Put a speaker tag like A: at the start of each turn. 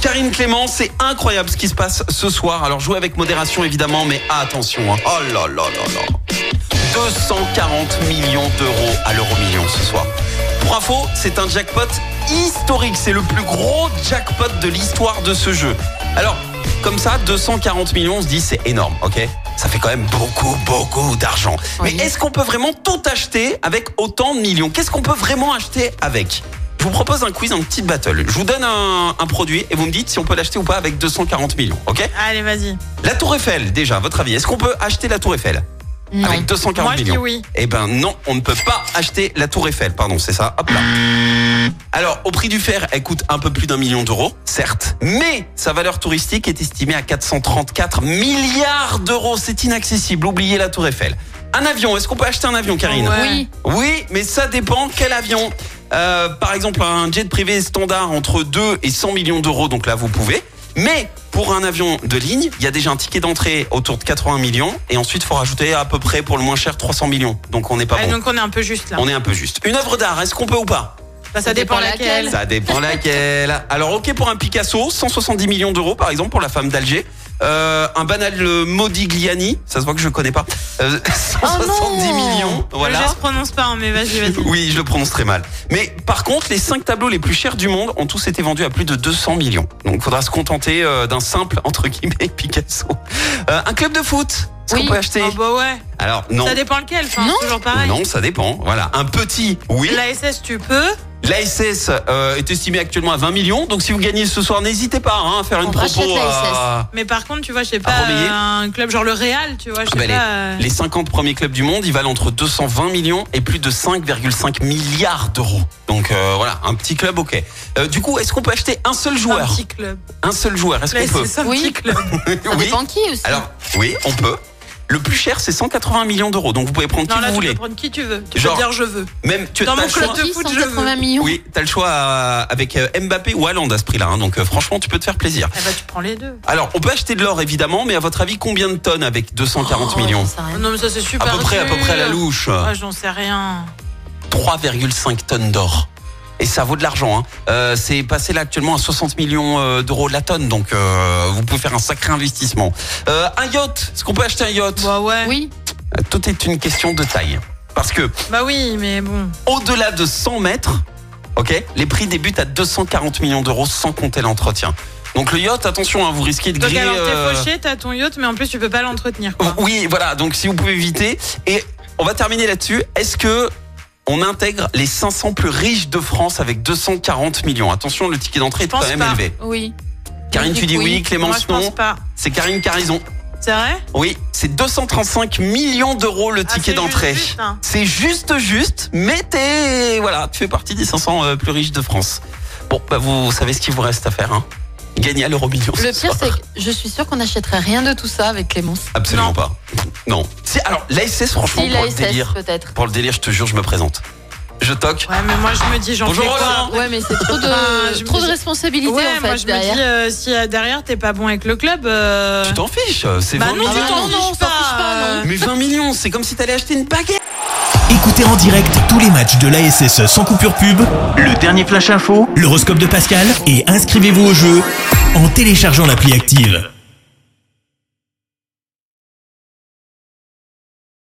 A: Karine Clément, c'est incroyable ce qui se passe ce soir. Alors jouez avec modération évidemment, mais attention. hein. Oh là là là là. 240 millions d'euros à l'euro million ce soir. Pour info, c'est un jackpot historique. C'est le plus gros jackpot de l'histoire de ce jeu. Alors, comme ça, 240 millions, on se dit c'est énorme, ok Ça fait quand même beaucoup, beaucoup d'argent.
B: Oui.
A: Mais est-ce qu'on peut vraiment tout acheter avec autant de millions Qu'est-ce qu'on peut vraiment acheter avec je vous propose un quiz en petite battle. Je vous donne un, un produit et vous me dites si on peut l'acheter ou pas avec 240 millions, ok
B: Allez, vas-y.
A: La Tour Eiffel, déjà, à votre avis, est-ce qu'on peut acheter la Tour Eiffel
B: Non.
A: avec 240
B: Moi, je
A: Ah, millions
B: dis oui.
A: Eh ben non, on ne peut pas acheter la Tour Eiffel. Pardon, c'est ça. Hop là. Alors, au prix du fer, elle coûte un peu plus d'un million d'euros, certes, mais sa valeur touristique est estimée à 434 milliards d'euros. C'est inaccessible. Oubliez la Tour Eiffel. Un avion, est-ce qu'on peut acheter un avion, Karine
B: Ouais.
C: Oui.
A: oui, mais ça dépend quel avion. Euh, par exemple, un jet privé standard entre 2 et 100 millions d'euros, donc là vous pouvez. Mais pour un avion de ligne, il y a déjà un ticket d'entrée autour de 80 millions et ensuite faut rajouter à peu près pour le moins cher 300 millions. Donc on n'est pas
B: Allez,
A: Ah, bon.
B: Ah, donc on est un peu juste là.
A: On est un peu juste. Une œuvre d'art, est-ce qu'on peut ou pas
B: Bah, ça dépend laquelle.
A: Ça dépend laquelle. Alors ok pour un Picasso, 170 millions d'euros par exemple pour la femme d'Alger. Euh, un banal euh, Modigliani, ça se voit que je connais pas. Euh, 170
C: non
A: millions. Voilà.
B: Le geste prononce pas, hein, mais vas-y, vas-y.
A: Oui, je le prononce très mal. Mais par contre, les cinq tableaux les plus chers du monde ont tous été vendus à plus de 200 millions. Donc, faudra se contenter euh, d'un simple entre guillemets Picasso. Euh, un club de foot, est-ce
C: Oui.
A: qu'on peut acheter
B: Ah bah ouais.
A: Alors non,
B: Ça dépend lequel. Enfin,
C: Non.
B: toujours pareil.
A: non, ça dépend. Voilà, un petit, oui.
B: La SS, tu peux.
A: L'ASS euh, est estimé actuellement à 20 millions. Donc, si vous gagnez ce soir, n'hésitez pas hein, à faire une
C: On
A: propo.
C: rachète
A: à-
B: Mais par contre, tu vois, je sais pas,
A: Rambouillet.
B: un club genre le Real, tu vois, je sais
A: bah,
B: pas. euh,
A: Les 50 premiers clubs du monde, ils valent entre 220 millions et plus de 5,5 milliards d'euros. Donc euh, voilà, un petit club, ok. Euh, du coup, est-ce qu'on peut acheter un seul
B: Un
A: joueur
B: petit club.
A: Un seul joueur, est-ce
B: La
A: qu'on peut
B: SS, un
C: Oui.
B: petit club.
C: Ça dépend qui aussi.
A: Alors, oui, on peut. Le plus cher, c'est 180 millions d'euros. Donc, vous pouvez prendre
B: Non,
A: qui
B: là,
A: vous
B: tu
A: voulez.
B: peux prendre qui tu veux. Tu
A: Genre-
B: peux dire je veux.
A: Même, tu
B: Dans
A: t'as
B: mon
A: le
B: club
A: choix.
B: de
C: Qui,
B: foot, je veux.
C: 180 millions.
A: Oui, t'as le choix euh, avec euh, Mbappé ou Haaland à ce prix-là. hein. donc, euh, franchement, tu peux te faire plaisir.
B: Eh bah, tu prends les deux.
A: Alors, on peut acheter de l'or, évidemment, mais à votre avis, combien de tonnes avec 240
C: Oh,
A: millions
C: ça sert à rien.
B: Non, mais ça, c'est
A: À
B: super.
A: peu près, à peu près à la
B: dur.
A: louche.
B: Ah, j'en sais rien.
A: 3,5 tonnes d'or. Et ça vaut de l'argent. Hein. Euh, c'est passé là actuellement à 60 millions euh, d'euros la tonne. Donc, euh, vous pouvez faire un sacré investissement. Euh, un yacht. Est-ce qu'on peut acheter un yacht
B: Bah ouais.
C: Oui.
A: Euh, Tout est une question de taille. Parce que
B: Bah oui, mais bon.
A: au-delà de 100 mètres, ok, les prix débutent à 240 millions d'euros sans compter l'entretien. Donc le yacht, attention, hein, vous risquez de
B: Donc
A: griller.
B: alors
A: euh,
B: t'es fauché, t'as ton yacht, mais en plus tu peux pas l'entretenir. quoi.
A: Oui, voilà. Donc si vous pouvez éviter, et on va terminer là-dessus. Est-ce que on intègre les 500 plus riches de France avec 240 millions Attention, le ticket d'entrée est quand
B: pense
A: même
B: pas.
A: élevé.
C: Oui.
A: Karine, tu dis oui,
B: Moi
A: Clémence
B: je
A: non.
B: pense pas.
A: C'est Karine Carison.
B: C'est vrai
A: Oui, c'est 235 millions d'euros le
B: Ah,
A: ticket
B: c'est
A: d'entrée.
B: juste, juste, hein.
A: C'est juste juste, mais t'es voilà, tu fais partie des 500 euh, plus riches de France. Bon, bah vous savez ce qu'il vous reste à faire. Hein. Gagner à l'euro million.
C: Le
A: ce
C: pire,
A: soir.
C: c'est que je suis sûre qu'on n'achèterait rien de tout ça avec Clémence.
A: absolument
B: Non.
A: pas. Non. Si, alors l'ASS, franchement,
C: Si
A: pour
C: la
A: le
C: SS,
A: délire,
C: peut-être.
A: pour le délire, je te jure, je me présente. Je toque.
B: Ouais, mais moi je me dis j'en fais
A: Bonjour,
B: quoi
A: Roland.
C: Ouais, mais c'est trop
B: Ah, je
C: de,
B: me
C: trop de
B: dis-
C: responsabilités
B: Ouais,
C: en
B: moi
C: fait
B: je me dis
C: derrière.
B: euh, si euh, derrière t'es pas bon avec le club. euh,
A: Tu t'en fiches, c'est 20
B: Bah non,
A: millions.
B: tu
C: Ah
B: t'en
C: non, non, on
B: fiches
C: s'en fiche pas,
B: pas.
C: non.
B: euh,
A: Mais 20 millions, c'est comme si t'allais acheter une baguette.
D: Écoutez en direct tous les matchs de l'ASSE sans coupure pub,
E: Le dernier flash info
D: l'horoscope de Pascal et inscrivez-vous au jeu en téléchargeant l'appli active.